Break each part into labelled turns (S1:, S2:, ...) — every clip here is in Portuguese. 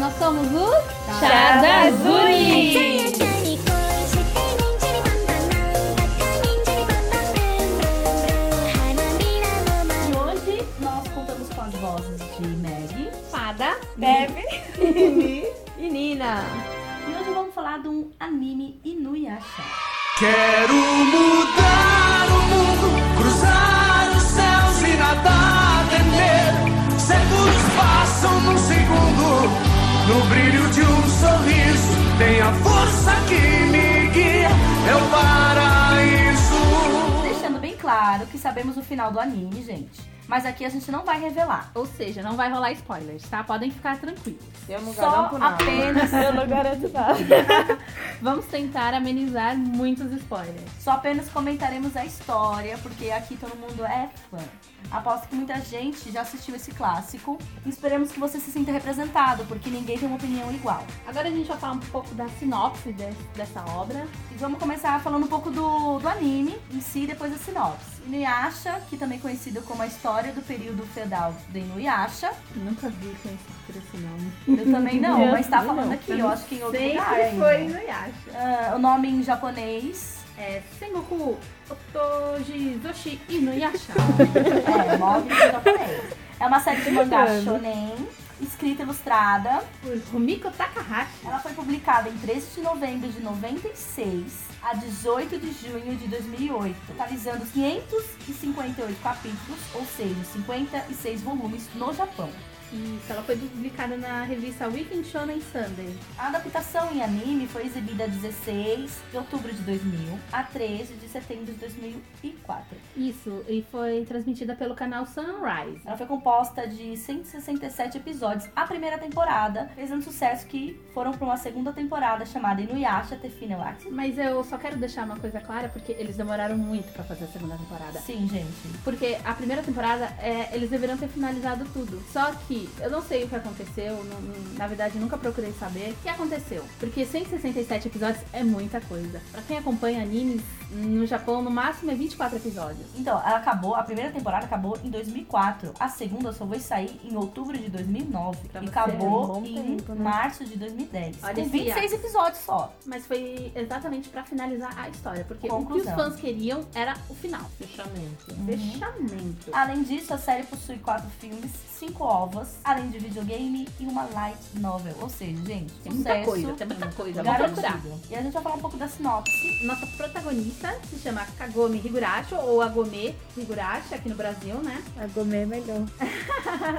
S1: nós somos o
S2: Chá Azuis!
S3: E hoje nós contamos com as vozes de Maggie.
S2: Fada, e Nina.
S3: E hoje vamos falar de um anime Inuyasha.
S4: Quero mudar o mundo, cruzar os céus e nadar de medo. Séculos passam num segundo, no brilho de um sorriso. Tem a força que me guia, é o paraíso.
S3: Deixando bem claro que sabemos o final do anime, gente. Mas aqui a gente não vai revelar.
S1: Ou seja, não vai rolar spoilers, tá? Podem ficar tranquilos.
S5: Eu não
S3: Só
S5: garanto nada.
S3: apenas,
S5: Eu não garanto nada.
S1: Vamos tentar amenizar muitos spoilers.
S3: só apenas comentaremos a história, porque aqui todo mundo é fã. Aposto que muita gente já assistiu esse clássico e esperamos que você se sinta representado, porque ninguém tem uma opinião igual.
S1: Agora a gente vai falar um pouco da sinopse de- dessa obra.
S3: E vamos começar falando um pouco do, do anime em si, depois da sinopse. Inuyasha, que também é conhecido como a história do período feudal de Inuyasha.
S1: Nunca vi conhecer esse nome.
S3: Eu também não,
S1: Eu
S3: mas tá
S1: também não.
S3: falando aqui, eu acho que em outro
S2: Sempre
S3: lugar.
S2: foi
S3: ainda.
S2: no Yasha.
S3: Ah, o nome em japonês
S1: É Sengoku Otoji Zoshi Inuyasha.
S3: é Móveis em japonês. É uma série de mangá shonen, escrita e ilustrada.
S1: Por Rumiko Takahashi.
S3: Ela foi publicada em 13 de novembro de 96 a 18 de junho de 2008, totalizando 558 capítulos, ou seja, 56 volumes no Japão.
S1: Isso, ela foi publicada na revista Weekend Shonen Sunday.
S3: A adaptação em anime foi exibida a 16 de outubro de 2000 a 13 de setembro de 2004.
S1: Isso, e foi transmitida pelo canal Sunrise.
S3: Ela foi composta de 167 episódios. A primeira temporada fez um sucesso que foram para uma segunda temporada chamada Inuyasha The Final Act.
S1: Mas eu só quero deixar uma coisa clara, porque eles demoraram muito pra fazer a segunda temporada.
S3: Sim, gente.
S1: Porque a primeira temporada, é, eles deveriam ter finalizado tudo. Só que eu não sei o que aconteceu, não- não- na verdade nunca procurei saber o que aconteceu. Porque 167 episódios é muita coisa. Pra quem acompanha animes, no Japão no máximo é 24 episódios.
S3: Então, ela acabou, a primeira temporada acabou em 2004. A segunda só vai sair em outubro de 2009.
S1: Pra
S3: e
S1: você,
S3: acabou
S5: é um bom
S3: em
S5: tempo, né?
S3: março de 2010.
S1: Olha
S3: com
S1: esse
S3: 26 episódios só.
S1: Mas foi exatamente pra finalizar a história. Porque o que
S3: Conclusão.
S1: os fãs queriam era o final.
S5: Fechamento.
S1: Fechamento.
S3: Além disso, a série possui quatro filmes, cinco ovas, além de videogame e uma light novel. Ou seja, gente,
S1: Tem
S3: sucesso.
S1: muita coisa, tem muita coisa. Vamos
S3: garantido.
S1: procurar.
S3: E a gente vai falar um pouco da sinopse.
S1: Nossa protagonista se chama Kagome Higurashi, ou Agome Higurashi aqui no Brasil, né?
S5: A Gomê é melhor.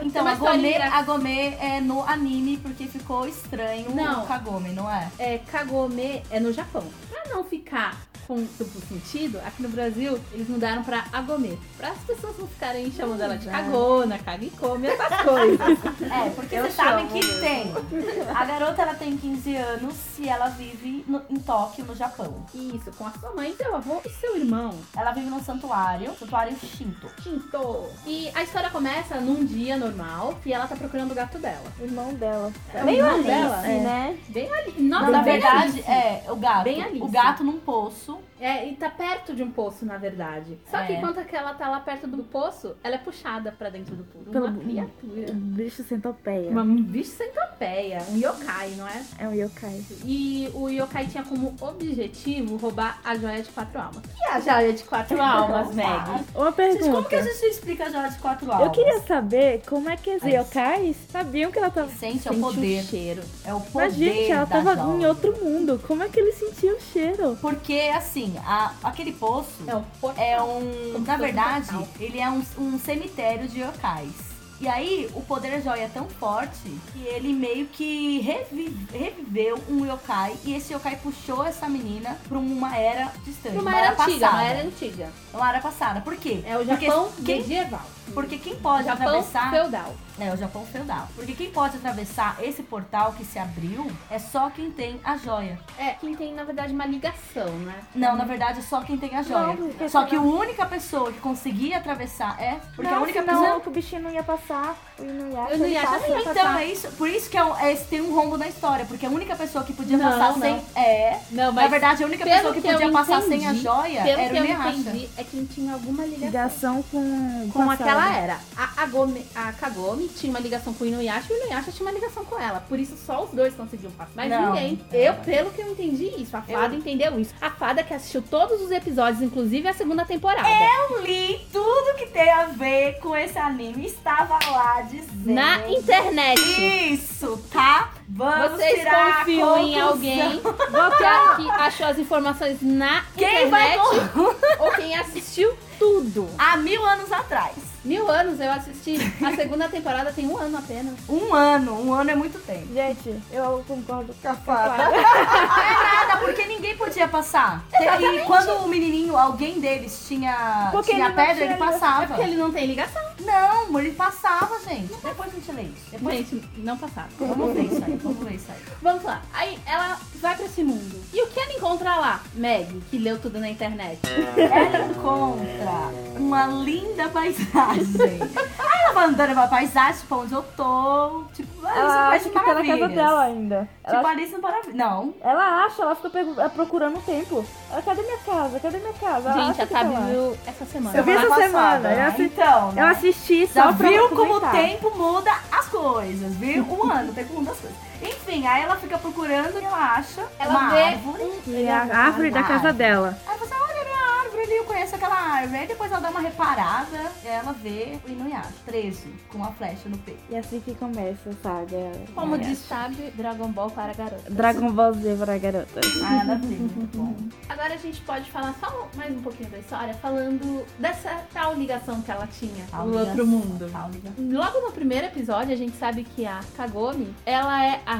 S3: Então,
S1: Ah, Tem uma
S3: a Gomê,
S1: historinha.
S3: a Gomê é no anime porque ficou estranho
S1: Não.
S3: o Kagome, não é?
S1: é, Kagome é no Japão. Pra não ficar com duplo sentido, aqui no Brasil eles mudaram pra Agome. Pra as pessoas não ficarem chamando ela de Kagona, Kagikome, essas coisas.
S3: É, porque
S5: Eu
S3: vocês sabem
S5: chamo
S3: que tem. A garota ela tem 15 anos e ela vive no- em Tóquio, no Japão.
S1: Isso, com a sua mãe, seu avô e seu irmão.
S3: Ela vive num santuário, santuário Shinto.
S1: Shinto. E a história começa num dia normal e ela tá procurando o gato dela.
S5: Irmão dela.
S1: É o irmão dela?
S5: Alice, né?
S1: Bem ali. Nossa,
S3: Não, na
S1: bem
S3: verdade,
S1: Alice.
S3: é o gato.
S1: Bem Alice.
S3: O gato num poço.
S1: É, e tá perto de um poço, na verdade. Só que
S3: É.
S1: enquanto que ela tá lá perto do poço, ela é puxada pra dentro do poço.
S5: Pelo-
S1: Uma criatura.
S5: Bicho centopeia.
S1: Uma, um bicho centopeia, um yokai, não é?
S5: É um yokai.
S1: E o yokai tinha como objetivo roubar a joia de quatro almas. Então, é um E a joia de quatro almas, Meg?
S5: Uma
S3: Gente, como que a
S5: pergunta.
S3: gente explica a joia de quatro almas?
S5: Eu queria saber como é que os
S3: Alice.
S5: yokais sabiam que ela tava...
S3: Sente é o
S1: Sente
S3: poder.
S1: o cheiro.
S3: É o poder.
S5: Mas, gente, ela
S3: da
S5: tava
S3: joia.
S5: em outro mundo. Como é que ele sentia o cheiro?
S3: Porque, assim, a- aquele poço
S1: É o portal.
S3: é um.
S1: Como se
S3: Na
S1: fosse um
S3: verdade,
S1: portal.
S3: ele é um, um cemitério de yokais. E aí, o poder da joia é tão forte que ele meio que revi- reviveu um yokai. E esse yokai puxou essa menina pra uma era distante.
S1: Pra uma era antiga,
S3: passada.
S1: uma era antiga.
S3: Uma era passada. Por quê?
S1: É o
S3: Porque
S1: Japão
S3: quem-
S1: medieval.
S3: Porque quem pode
S1: Japão
S3: atravessar.
S1: feudal.
S3: É, o Japão feudal. Porque quem pode atravessar esse portal que se abriu é só quem tem a joia.
S1: É, quem tem, na verdade, uma ligação, né?
S3: Não, é na verdade é só quem tem a joia.
S5: Não, porque
S3: só que a única pessoa que conseguia atravessar é. Porque a única pessoa.
S5: o bichinho não ia passar. O Inuyasha,
S1: O Inuyasha
S5: ele passa,
S1: não
S5: ia
S3: Então
S5: passar.
S3: é isso. Por isso que é um- é- tem um rombo na história. Porque a única pessoa que podia
S1: Não,
S3: passar
S1: não.
S3: sem. É.
S1: Não,
S3: na verdade, a única
S1: pelo
S3: pessoa que,
S1: que eu
S3: podia passar sem a
S1: entendi,
S3: joia
S1: pelo
S3: era
S1: que
S3: o
S1: eu
S3: Inuyasha.
S1: entendi, é quem tinha alguma ligação.
S5: Ligação com...
S3: Com
S5: passado.
S1: Ela era. A, a, Gomi- a Kagome tinha uma ligação com o Inuyasha e o Inuyasha tinha uma ligação com ela. Por isso só os dois conseguiam passar. Mas
S3: Não. é.
S1: ninguém. Eu, pelo que eu entendi isso, a fada entendeu isso. A fada que assistiu todos os episódios, inclusive a segunda temporada.
S3: Eu li tudo que tem a ver com esse anime. Estava lá dizendo.
S1: Na internet.
S3: Isso, tá? Vamos
S1: Vocês
S3: tirar a
S1: confiam em
S3: conclusão.
S1: alguém que, que achou as informações na
S3: Quem vai
S1: internet
S3: morrer?
S1: ou quem assistiu tudo.
S3: Há mil anos atrás.
S1: Mil anos eu assisti. A segunda temporada tem um ano apenas.
S3: Um ano. Um ano é muito tempo.
S5: Gente, eu concordo com a
S3: é Nada, porque ninguém podia passar. E quando o menininho, alguém deles tinha,
S5: Porque
S3: tinha
S5: ele não
S3: pedra,
S5: tinha
S3: ele
S5: ligação.
S1: É
S3: passava.
S1: porque ele não tem ligação.
S3: Não, ele passava, gente. Depois a gente lê isso. Depois...
S1: Gente, não passava.
S3: Vamos ver isso aí, vamos ver isso aí.
S1: Vamos lá. Aí ela vai pra esse mundo. E o que ela encontra lá? Meg, que leu tudo na internet.
S3: Ela encontra uma linda paisagem. Aí ela vai andando pra paisagem, tipo, onde eu tô. Tipo, Alice no
S5: Ela
S3: País
S5: acha
S3: de
S5: que tá na casa
S3: Maravilhas.
S5: dela ainda. Ela,
S3: Tipo, Alice no Maravilha. Não.
S5: ela acha, ela fica pergu- ela procurando o tempo. Ela, cadê minha casa? Cadê minha casa? Ela
S1: Gente,
S5: acha
S1: a
S5: que tá
S1: Tabi
S5: lá.
S1: viu essa semana.
S5: Eu vi essa
S3: Semana
S5: semana,
S3: passada.
S5: eu assisti-
S3: Então, né?
S5: Eu assisti
S3: Já
S5: só pra
S3: viu como o
S5: comentar.
S3: tempo muda as coisas, viu? Um ano, o tempo muda as coisas. Enfim, aí ela fica procurando e ela acha
S1: Ela
S3: uma
S1: vê um
S3: árvore.
S5: E é a árvore da casa dela.
S3: Aí você olha minha árvore ali, eu conheço aquela árvore. Aí depois ela dá uma reparada e ela vê o Inuyasha preso com uma flecha no peito.
S5: E assim que começa, sabe?
S1: Como diz Tabi, Dragon Ball para garotas.
S5: Dragon Ball Z pra garota.
S3: Ah, ela vê, muito bom.
S1: Agora a gente pode falar só mais um pouquinho da história, falando dessa tal ligação que ela tinha
S3: Tal
S1: no
S3: ligação,
S1: outro mundo.
S3: tal ligação.
S1: Logo no primeiro episódio, a gente sabe que a Kagome, ela é a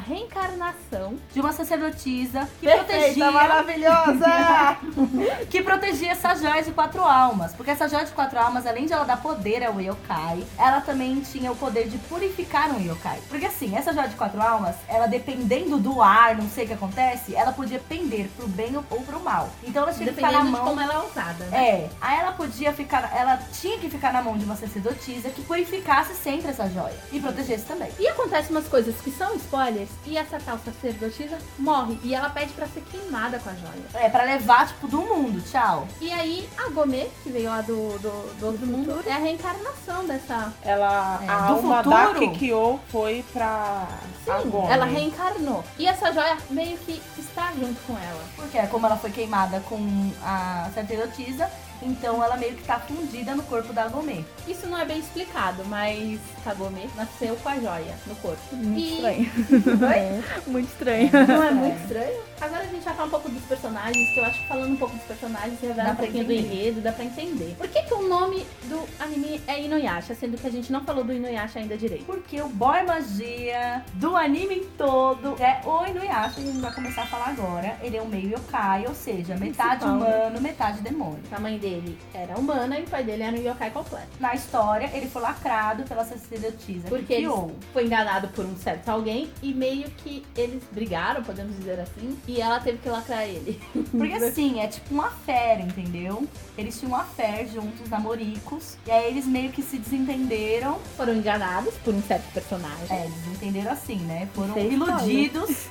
S1: reencarnação
S3: De uma sacerdotisa que
S5: Perfeita,
S3: protegia,
S5: maravilhosa!
S3: que protegia essa joia de quatro almas. Porque essa joia de quatro almas, além de ela dar poder ao yokai, ela também tinha o poder de purificar um yokai. Porque assim, essa joia de quatro almas, ela dependendo do ar, não sei o que acontece, ela podia pender pro bem ou ou pro mal. Então ela tinha que ficar na
S1: Dependendo de
S3: mão
S1: como ela é usada. né?
S3: É, aí ela podia ficar, ela tinha que ficar na mão de uma sacerdotisa que purificasse sempre essa joia e protegesse também.
S1: E acontecem umas coisas que são spoilers e essa tal sacerdotisa morre e ela pede pra ser queimada com a joia.
S3: É, pra levar, tipo, do mundo, tchau.
S1: E aí a Gomê, que veio lá do, do, do outro mundo, é a reencarnação dessa.
S6: Ela,
S3: É,
S6: a
S3: do
S6: alma da
S3: futuro.
S6: Kikyo foi pra agora.
S1: Ela reencarnou. E essa joia meio que está junto com ela.
S3: Porque é como ela foi queimada com a sacerdotisa, então ela meio que tá fundida no corpo da Agomê.
S1: Isso não é bem explicado, mas Kagome nasceu com a joia no corpo.
S5: Muito
S1: E-
S5: estranho. Muito estranho.
S1: Não é muito estranho? Agora a gente vai falar um pouco dos personagens, que eu acho que falando um pouco dos personagens revela
S3: Dá
S1: um
S3: pra
S1: pouquinho do
S3: entender.
S1: enredo, dá pra entender. Por que, que o nome do anime é Inuyasha, sendo que a gente não falou do Inuyasha ainda direito?
S3: Porque o boy magia do anime todo é o Inuyasha, que a gente vai começar a falar agora. Ele é um meio yokai, ou seja, metade
S5: Principal, né?
S3: humano, metade demônio.
S1: A mãe dele era humana e o pai dele era um yokai completo.
S3: Na história, ele foi lacrado pela sacerdotisa
S1: Porque
S3: que
S1: eles-
S3: criou.
S1: Foi enganado por um certo alguém e meio que eles brigaram, podemos dizer assim, e ela teve que lacrar ele.
S3: Porque assim, é tipo uma fé, entendeu? Eles tinham uma fé juntos, namoricos. E aí eles meio que se desentenderam.
S1: Foram enganados por um certo personagem.
S3: É, desentenderam assim, né? Foram
S5: Sem
S3: iludidos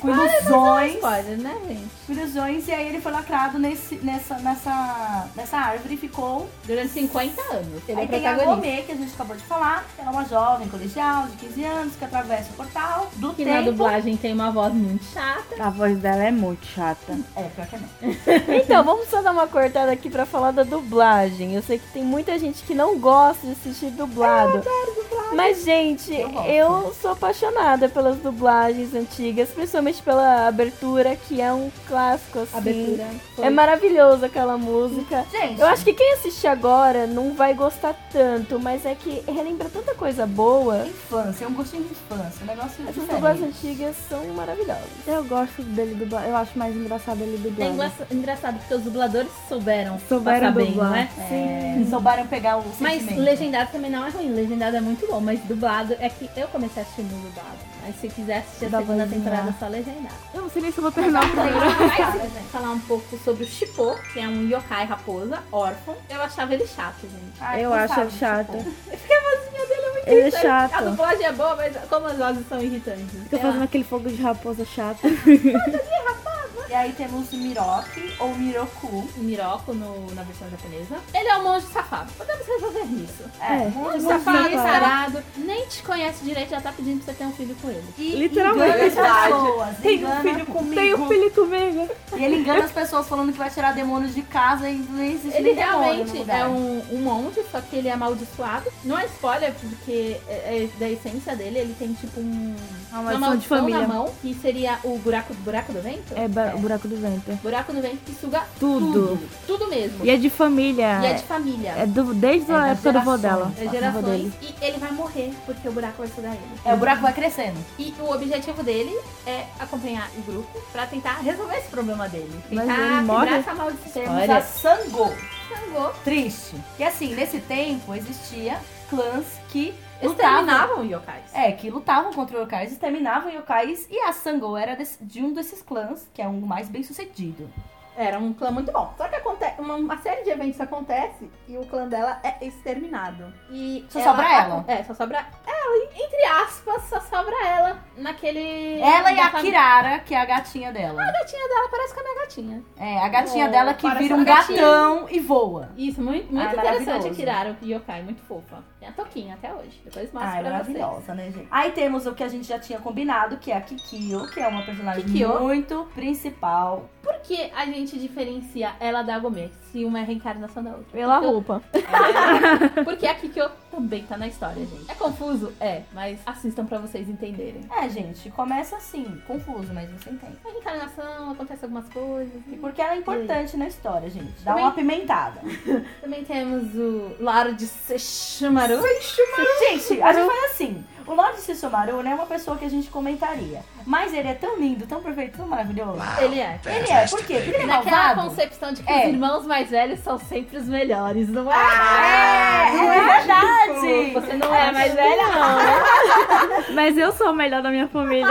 S3: com
S1: Não
S3: ilusões.
S1: Spoiler, né, gente?
S3: Com ilusões. E aí ele foi lacrado nesse, nessa, nessa, nessa árvore e ficou.
S1: Durante 50 anos. Ele
S3: aí
S1: é
S3: tem a
S1: protagonista.
S3: Gomê, que a gente acabou de falar. que Ela é uma jovem colegial de 15 anos que atravessa o portal do
S1: Que na
S3: tempo.
S1: dublagem tem uma voz muito chata.
S5: A voz dela é muito chata.
S3: É, pior que não.
S2: Então, vamos só dar uma cortada aqui pra falar da dublagem. Eu sei que tem muita gente que não gosta de assistir dublado. Mas, gente,
S3: Eu gosto.
S2: eu sou apaixonada pelas dublagens antigas, principalmente pela abertura, que é um clássico, assim.
S1: Abertura.
S2: É maravilhoso aquela música.
S3: Gente,
S2: Eu acho que quem assistir agora não vai gostar tanto, mas é que relembra tanta coisa boa.
S3: infância, é um gostinho de infância. Um negócio
S2: Essas dublagens
S3: diferente.
S2: antigas são maravilhosas.
S5: Eu gosto dele dublar. Eu acho mais engraçado ele
S1: É
S5: dublar.
S1: engra- engraçado porque os dubladores souberam,
S5: Souberam
S1: passar bem,
S5: dublar.
S1: não é?
S3: É, souberam pegar o
S1: Mas
S3: sentimento.
S1: legendado também não é ruim, legendado é muito bom, mas dublado é que eu comecei a assistir no dublado. Mas se quiser assistir a
S5: Dá
S1: segunda
S5: vozinha.
S1: temporada é só legendado.
S5: É. Eu não sei nem se eu vou terminar o programa.
S1: Mas se falar um pouco sobre o Shippo, que é um yokai raposa, órfão, eu achava ele chato, gente.
S3: Ai,
S5: Eu
S3: tu
S5: acho
S3: sabe,
S5: ele chato.
S3: tipo,
S5: Ele é
S1: A
S5: chato.
S1: dublagem é boa, mas como as vozes são irritantes.
S5: Fica
S1: sei lá.
S5: fazendo aquele fogo de raposa chato.
S3: E E aí temos o Miroki, ou Miroku.
S1: um Miroko no- na versão japonesa. Ele é um monge safado. Podemos resolver isso.
S5: É,
S1: Monge
S5: monge
S1: safado,
S5: safado.
S1: sarado. Nem te conhece direito, já tá pedindo pra você ter um filho com ele.
S3: E
S2: Literalmente.
S5: é
S3: engana as
S6: Verdade.
S3: pessoas.
S6: Tem um
S3: engana-
S6: filho comigo.
S2: Tem um filho comigo.
S1: É
S3: E ele engana as pessoas falando que vai tirar demônios de casa e nem existe
S1: Ele
S3: nem demônio no
S1: realmente
S3: lugar.
S1: é um, um monge, só que ele é amaldiçoado. Não é spoiler, porque é, é da essência dele, ele tem tipo um,
S5: É Uma
S1: uma
S5: maldição de
S1: maldição na
S5: família.
S1: mão, que seria o buraco, buraco do vento?
S5: É, ba- buraco do vento.
S1: Buraco do vento que suga
S5: Tudo.
S1: tudo, tudo mesmo.
S5: E é de família.
S1: E é de família.
S5: É do, desde a
S3: É das
S5: época do avô dela.
S3: gerações.
S1: É
S5: avô dele.
S1: gerações. E ele vai morrer, porque o buraco vai sugar ele.
S3: É, o buraco vai crescendo.
S1: E o objetivo dele é acompanhar o grupo pra tentar resolver esse problema dele.
S5: Mas
S1: Tentar
S5: ele
S1: quebrar
S5: morre?
S1: essa maldição.
S3: Temos a Sango.
S1: Xangô.
S3: Triste. E assim, nesse tempo existia clãs que
S1: Eles
S3: lutavam.
S1: terminavam yokais.
S3: É, que lutavam contra yokais, exterminavam yokais e a Sango era desse- de um desses clãs, que é um mais bem sucedido.
S1: Era um clã muito bom. Só que aconte- uma, uma série de eventos acontece e o clã dela é exterminado. E
S3: Só sobra ela.
S1: É, só sobra ela. e, Entre aspas, só sobra ela naquele...
S3: Ela e
S1: da
S3: a
S1: fam-
S3: Kirara, que é a gatinha dela.
S1: A gatinha dela parece com a minha gatinha.
S3: É, a gatinha
S1: Oh,
S3: dela que
S1: parece
S3: vira
S1: uma
S3: um
S1: gatinha.
S3: gatão e voa.
S1: Isso, muito, muito
S3: Ah,
S1: interessante
S3: maravilhoso.
S1: tirar o yokai. Muito fofa. Tem a toquinha até hoje. Depois mostro
S3: Ai,
S1: pra vocês.
S3: maravilhosa, né, gente? Aí temos o que a gente já tinha combinado, que é a Kikyo, que é uma personagem
S1: Kikyo.
S3: muito principal.
S1: Por que a gente diferencia ela da Agome? Se uma é reencarnação da outra.
S2: Pela
S1: Porque eu-
S2: roupa.
S1: Porque é a Kikyo também tá na história, gente. É confuso? É, mas assistam pra vocês entenderem.
S3: É, gente, começa assim, confuso, mas você entende.
S1: A reencarnação, acontece algumas coisas.
S3: E porque ela é importante na história, gente. Dá
S1: Também-
S3: uma apimentada.
S1: Também temos o Laro de Sesshimaru.
S3: gente, a gente faz assim. O Lorde Sissomaru não é uma pessoa que a gente comentaria. Mas ele é tão lindo, tão perfeito, tão maravilhoso.
S1: Ele é.
S3: Ele é, por quê? Porque ele é
S1: Naquela
S3: malvado.
S1: concepção de que
S3: É.
S1: os irmãos mais velhos são sempre os melhores, não é?
S3: É, é verdade.
S1: Você não é mais velha, não.
S5: Mas eu sou o melhor da minha família.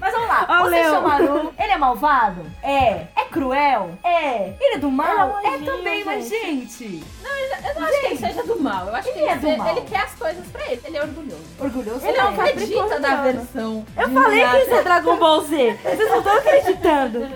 S3: Mas vamos lá.
S5: Ó,
S3: o
S5: Leo.
S3: Sesshomaru, ele é malvado? É. É cruel? É. Ele é do mal?
S5: Ele é
S3: é
S5: bonzinho,
S3: também, mas, gente.
S1: Eu não acho que ele seja do mal. Eu acho
S3: Ele
S1: que
S3: é do
S1: ele,
S3: mal.
S1: ele quer as coisas pra ele. Ele é orgulhoso.
S3: Orgulhoso.
S1: Ele não
S3: né?
S1: acredita na versão.
S5: Eu falei que isso é Dragon Ball Z. Vocês não estão acreditando.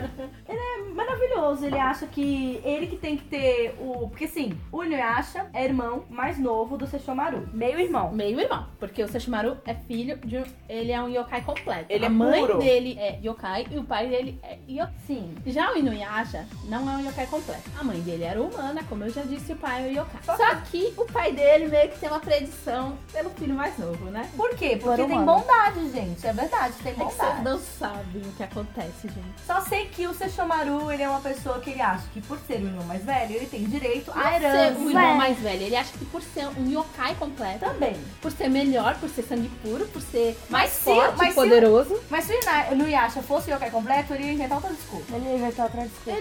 S3: maravilhoso. Ele acha que ele que tem que ter o. Porque assim, o Inuyasha é irmão mais novo do Sesshomaru.
S5: Meio irmão.
S1: Meio irmão, porque o Sesshimaru é filho de um. Ele é um yokai completo.
S6: Ele
S1: a
S6: é
S1: mãe
S6: puro.
S1: dele é yokai e o pai dele é yokai.
S3: Sim.
S1: Já o Inuyasha não é um yokai completo. A mãe dele era humana, como eu já disse, e o pai é um yokai. Só que o pai dele meio que tem uma predição pelo filho mais novo, né?
S3: Por quê? Porque
S5: Foram
S3: tem
S5: humanos.
S3: bondade, gente. É verdade, um tem
S1: É que vocês
S3: bondade.
S1: não sabem o que acontece, gente.
S3: Só sei que o Sesshomaru, ele é uma pessoa que ele acha que por ser o irmão mais velho, ele tem direito à
S1: Ser o
S3: herança. é.
S1: irmão mais velho, ele acha que por ser um yokai completo,
S3: Também.
S1: por ser melhor, por ser sangue puro, por ser mais
S3: se-
S1: forte,
S3: mas
S1: e
S3: se o-
S1: poderoso.
S3: Mas se o Ina- Inuyasha fosse o Yokai completo, ele ia inventar outra desculpa.
S5: Ele ia inventar outra desculpa.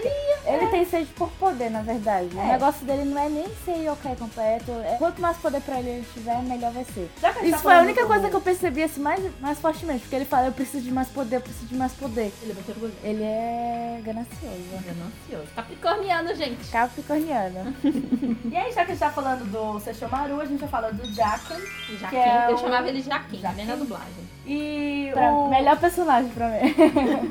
S5: Ele, tem sede por poder, na verdade. O
S3: É.
S5: negócio dele não é nem ser yokai completo. é- Quanto mais poder pra ele ele tiver, melhor vai ser.
S3: Já que a gente
S5: Isso
S3: tá
S5: foi a
S3: falando
S5: única
S3: do-
S5: coisa que eu percebi assim, mais, mais fortemente. Porque ele fala, eu preciso de mais poder, eu preciso de mais poder.
S1: Ele é muito orgulhoso.
S5: Ele é ganancioso.
S1: Ganancioso. Capricorniano, gente.
S5: Capricorniano.
S3: E aí, já que a gente tá falando do Sesshomaru, a gente já fala do Jacken
S1: Jaquim.
S3: Que é
S1: Eu
S3: o-
S1: chamava ele Jaquim,
S3: Jaquim.
S1: também na dublagem.
S3: e
S5: Pra-
S3: o
S5: Melhor personagem pra mim.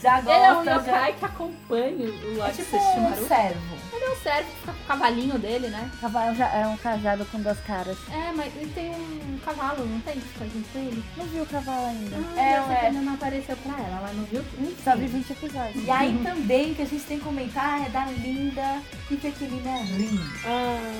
S3: Jagosta.
S1: Ele é um
S3: já-
S1: yokai que acompanha o
S3: É
S1: Lorde
S3: tipo um
S1: Sesshimaru.
S3: servo.
S1: Ele é um servo, fica com o cavalinho dele, né?
S5: Cavalo já é um cajado com duas caras.
S1: É, mas ele tem um cavalo, não tem? que Fica junto com ele.
S5: Não vi o cavalo ainda.
S1: Ah,
S3: É,
S1: essa
S3: é.
S1: pena não apareceu pra ela, ela não viu tudo.
S5: Só vi 20 episódios.
S3: E aí também que a gente tem que comentar é da linda e pequenina Rin.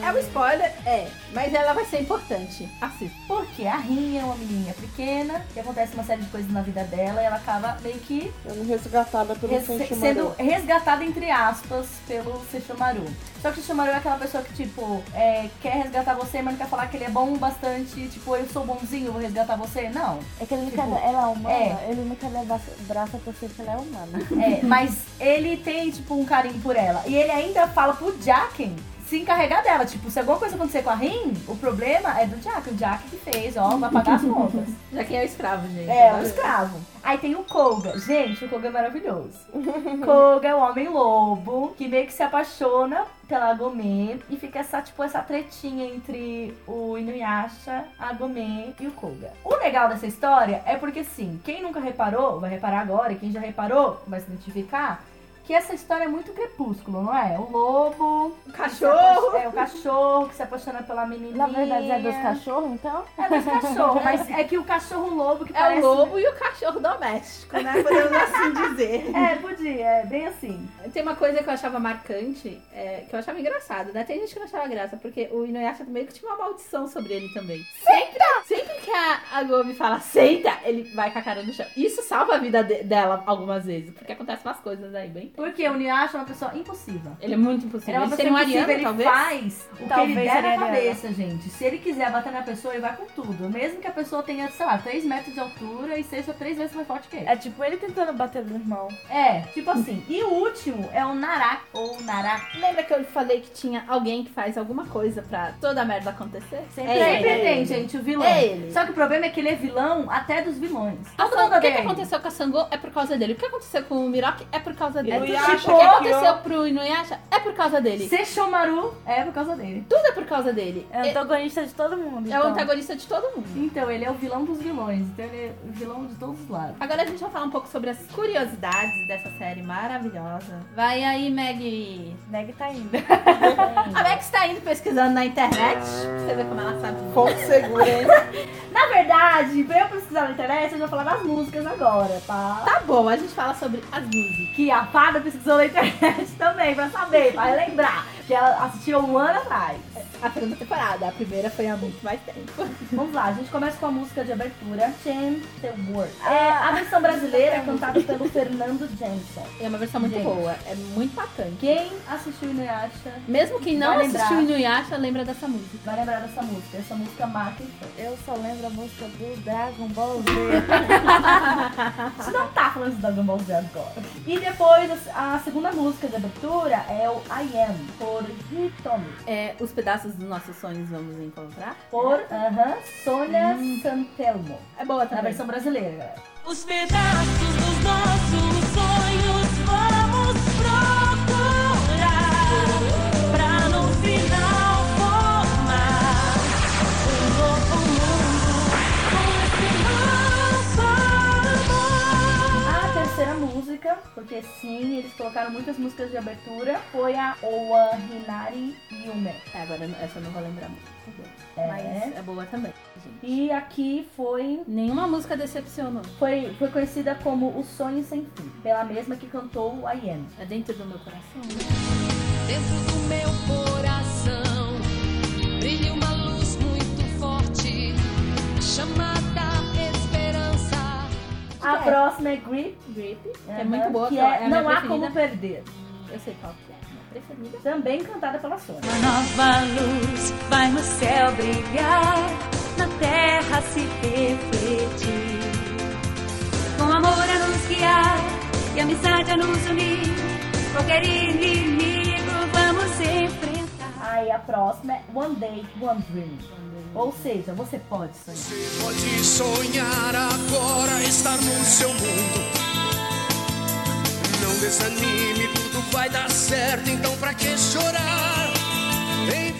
S1: É um spoiler? É. Mas ela vai ser importante. Assista.
S3: Porque a Rin é uma menininha pequena, que acontece uma série de coisas na vida dela e ela acaba meio que
S6: Sendo resgatada pelo
S3: res-
S6: Senshi
S3: sendo resgatada, entre aspas, pelo Sesshomaru. Só que o Sesshomaru é aquela pessoa que, tipo, é, quer resgatar você, mas não quer falar que ele é bom o bastante, tipo, eu sou bonzinho, vou resgatar você. Não.
S5: É que ele nunca,
S3: Tipo,
S5: ela é humana,
S3: é.
S5: ele nunca leva braço por ser que ela é humana.
S3: É, mas ele tem, tipo, um carinho por ela. E ele ainda fala pro Jacken se encarregar dela. Tipo, se alguma coisa acontecer com a Rin, o problema é do Jack. O Jack que fez, ó, vai pagar as contas.
S1: Já quem é o escravo, gente.
S3: É, um escravo. Aí tem o Koga. Gente, o Koga é maravilhoso. Koga é o homem lobo que meio que se apaixona pela Agumê e fica essa, tipo, essa tretinha entre o Inuyasha, a Agumê e o Koga. O legal dessa história é porque, assim, quem nunca reparou, vai reparar agora, e quem já reparou vai se identificar, que essa história é muito crepúsculo, não é? O lobo... O
S1: cachorro.
S3: É, o cachorro que se apaixona pela menininha.
S5: Na verdade, é dos cachorros, então?
S3: É dos cachorros, mas é que o cachorro lobo que
S1: É
S3: parece...
S1: o lobo e o cachorro doméstico, né? Podemos assim dizer.
S3: É, podia, é bem assim.
S1: Tem uma coisa que eu achava marcante, é, que eu achava engraçado, né? Tem gente que não achava graça, porque o Inuyasha meio que tinha uma maldição sobre ele também. Sempre, sempre que a, a Gomi fala senta, ele vai com a cara no chão. Isso salva a vida de- dela algumas vezes, porque acontecem umas coisas aí bem.
S3: Porque o Niasha é uma pessoa impossível.
S1: Ele é muito impossível.
S3: Ele é uma
S1: Ele
S3: pessoa
S1: seria um
S3: impossível,
S1: ariano,
S3: ele
S1: talvez.
S3: faz o que ele
S5: Talvez
S3: der
S5: ele
S3: na
S5: é
S3: cabeça, gente. Se ele quiser bater na pessoa, ele vai com tudo. Mesmo que a pessoa tenha, sei lá, 3 metros de altura e seja 3 vezes mais forte que ele.
S5: É tipo ele tentando bater no irmão.
S3: É, tipo assim. E o último é o Narak, ou Narak.
S1: Lembra que eu falei que tinha alguém que faz alguma coisa pra toda a merda acontecer?
S5: Sempre
S1: É
S3: Sempre
S1: ele.
S3: tem, gente, o vilão.
S1: É ele.
S3: Só que o problema é que ele é vilão até dos vilões.
S1: A
S3: Todo
S1: San-
S3: mundo
S1: O que,
S3: odeia
S1: que
S3: ele.
S1: aconteceu Tá com a Sangô é por causa dele. O que aconteceu com o Miroque é por causa dele.
S7: Inuyasha
S1: o que
S7: que
S1: aconteceu
S7: criou.
S1: pro Inuyasha é por causa dele.
S3: Sesshomaru é por causa dele.
S1: Tudo é por causa dele.
S5: É
S1: Ele-
S5: antagonista de todo mundo.
S1: É o
S5: então.
S1: antagonista de todo mundo.
S3: Então, ele é o vilão dos vilões. Então, ele é o vilão de todos os lados.
S1: Agora a gente vai falar um pouco sobre as curiosidades dessa série maravilhosa. Vai aí, Meg.
S5: Meg tá indo.
S1: A Meg está indo pesquisando na internet. pra Você vê como ela sabe.
S7: Pouco seguro, hein?
S3: Na verdade, pra eu pesquisar na internet, eu já falar das músicas agora, tá?
S1: Tá bom, a gente fala sobre as músicas.
S3: Que a fada pesquisou na internet também, pra saber, pra relembrar. Que ela assistiu um ano atrás.
S1: A segunda temporada. A primeira foi há muito mais tempo.
S3: Vamos lá, a gente começa com a música de abertura, Change the World. É, a versão brasileira é cantada pelo Fernando Jensen.
S1: É uma versão muito
S3: Gente.
S1: boa. É muito bacana.
S3: Quem assistiu Inuyasha
S1: Mesmo quem não
S3: Vai
S1: assistiu
S3: lembrar.
S1: Inuyasha lembra dessa música.
S3: vai lembrar dessa música. Essa música é marca e foi.
S5: Eu só lembro a música do Dragon Ball Z.
S3: A gente não tá falando de Dragon Ball Z agora. E depois, a, a segunda música de abertura é o I Am, por Hitomi.
S1: É, os pedaços dos nossos sonhos vamos encontrar.
S3: Por aham, Sônia Santelmo.
S1: É boa
S3: Na
S1: também.
S3: versão brasileira, galera.
S6: Os pedaços dos nossos sonhos vamos procurar pra no final formar um novo mundo com esse nosso amor.
S3: A terceira música, porque sim, eles colocaram muitas músicas de abertura, foi a Oa Hinari Yume.
S1: É, agora essa eu não vou lembrar muito. tá
S3: É.
S1: Mas é boa também.
S3: E aqui foi,
S1: Nenhuma música decepcionou.
S3: foi, foi conhecida como O Sonho Sem Fim, pela mesma que cantou o I.M.
S1: É dentro do meu coração. né?
S6: Dentro do meu coração brilha uma luz muito forte, chamada esperança.
S3: A próxima é Grip,
S1: Grip, que é
S3: aham,
S1: muito boa.
S3: que
S1: que ela-
S3: é
S1: ela é
S3: Não
S1: minha
S3: Há Como
S1: preferida.
S3: Perder,
S1: Eu sei qual que é. Minha preferida.
S3: também cantada pela Sônia.
S6: Uma nova luz vai no céu brilhar, na terra se refletir. Com amor a nos guiar e amizade a nos unir, qualquer inimigo vamos enfrentar.
S3: Aí a próxima é One Day, One Dream. Ou seja, você pode sonhar.
S4: Você pode sonhar agora, estar no seu mundo. Não desanime, tudo vai dar certo, então pra que chorar?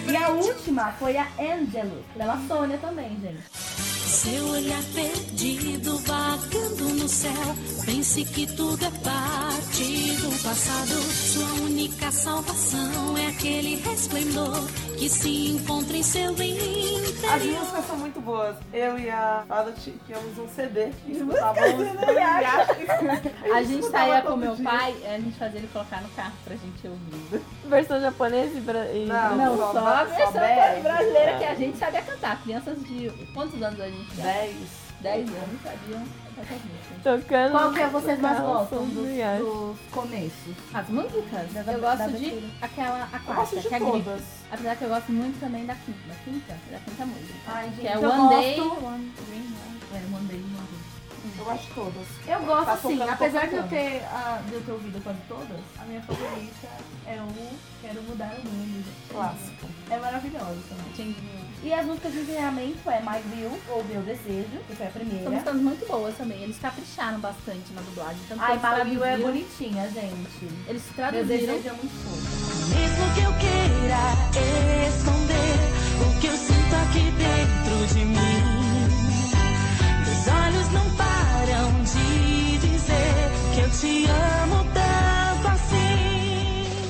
S4: Em
S3: E a última foi a Angelus, pela Sônia também, gente.
S6: Seu olhar perdido vagando no céu, pense que tudo é parte do passado. Sua única salvação é aquele resplendor que se encontra em seu
S7: As
S6: interior.
S7: músicas são muito boas. Eu e a Fada ti- tínhamos um CD que escutávamos Inuyasha.
S1: A gente saía com meu
S7: dia.
S1: pai, a gente fazia ele colocar no carro pra gente ouvir.
S2: Versão japonesa e... bra- e-
S7: Não,
S1: Não,
S7: só,
S1: só a versão
S7: só bebe.
S1: brasileira que a gente sabia cantar. Crianças de quantos anos a gente tinha?
S7: 10.
S1: 10 anos sabiam cantar música.
S2: Tocando...
S3: Qual que é vocês mais
S2: Calça
S3: gostam
S2: do
S3: dos,
S2: Yasha.
S3: dos começos?
S1: As músicas?
S3: da-
S1: Eu gosto
S3: da
S1: de aquela a
S7: Eu
S1: quarta,
S7: gosto de
S1: que é a gripe.
S7: todas.
S1: Apesar que eu gosto muito também da quinta. Da quinta? Da quinta música.
S3: Ai, gente,
S1: que é
S3: eu
S1: One
S3: gosto.
S7: né?
S1: Day, One Dream, One
S3: É, One Day, One Dream.
S8: Eu gosto de todas.
S3: Eu gosto
S8: Tá
S7: um
S3: assim,
S8: focando,
S3: apesar de eu,
S8: focando.
S3: ter, ah, de eu ter ouvido quase todas, a minha favorita é o Quero Mudar o Mundo. gente.
S8: Clássico.
S3: É maravilhosa também. E as músicas de encerramento é My Will, ou Meu Desejo, que foi a
S1: São
S3: primeira.
S1: músicas muito boas também. Eles capricharam bastante na dublagem. Tanto que
S3: Ai,
S1: eles
S3: My Will é
S1: traduziram-
S3: bonitinha, gente.
S1: Eles
S3: Meu
S1: traduziram
S3: Desejo é muito fofo.
S6: Mesmo que eu queira esconder o que eu sinto aqui dentro de mim, meus olhos não param de dizer que eu te amo tanto assim.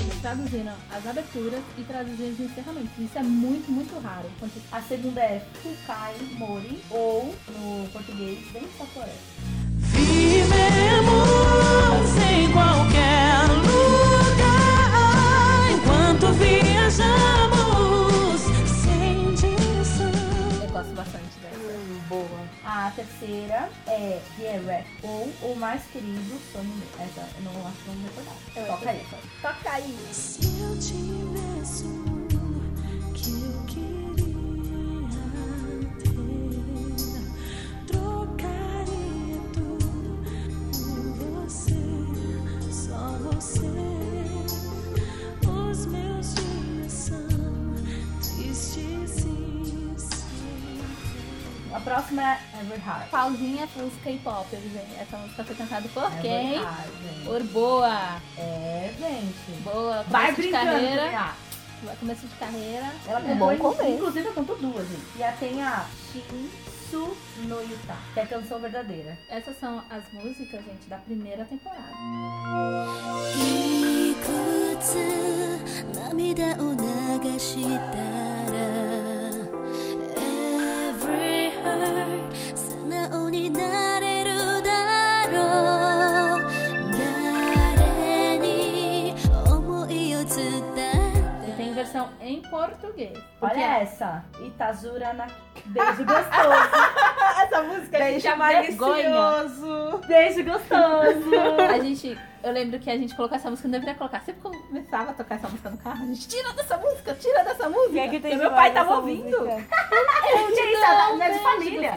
S1: Eles traduziram as aberturas e traduziram os encerramentos. Isso é muito, muito raro. Então, tipo, Quando-
S3: A segunda é Fukai Mori, ou no português, Vem Saporé.
S6: Vivemos em qualquer lugar enquanto viajamos sem direção.
S1: Eu gosto bastante
S3: Uhum.
S1: dessa.
S3: A terceira é The Rap, ou O Mais Querido Sonho Meu. Essa eu não acho que eu não vou recordar. Toca aí. Toca aí.
S6: Se eu tivesse o mundo que eu queria ter, trocaria tudo por você, só você. Os meus dias são tristes e sem
S3: A próxima é Everhard.
S1: Pausinha pros K-pop, gente. Essa música foi cantada por
S3: é
S1: quem?
S3: Everhard, gente.
S1: Por Boa.
S3: É, gente.
S1: Boa. Começo
S3: Vai
S1: de
S3: brincando.
S1: carreira.
S3: Ah,
S1: Começo de carreira.
S3: Ela
S9: É
S3: cantou,
S9: bom começo.
S3: Inclusive, eu canto duas, gente. Um E a tem a Shinsu no Yuta, que é a canção verdadeira.
S1: Essas são as músicas, gente, da primeira temporada.
S6: いくつ涙を流したら Every heart 素直になれるだろう誰に思いを伝え
S1: E tem versão em português.
S3: Olha
S1: Porque é
S3: essa. é? Itazura na... Beijo gostoso.
S5: Essa música é
S1: já
S5: gente malicioso.
S3: Beijo gostoso.
S1: a gente. Eu lembro que a gente colocou essa música, não deveria colocar. Sempre que eu começava a tocar essa música no carro, a gente tira dessa música, tira dessa música.
S5: é tem
S1: meu pai tava ouvindo.
S3: Gente, ela não é de família.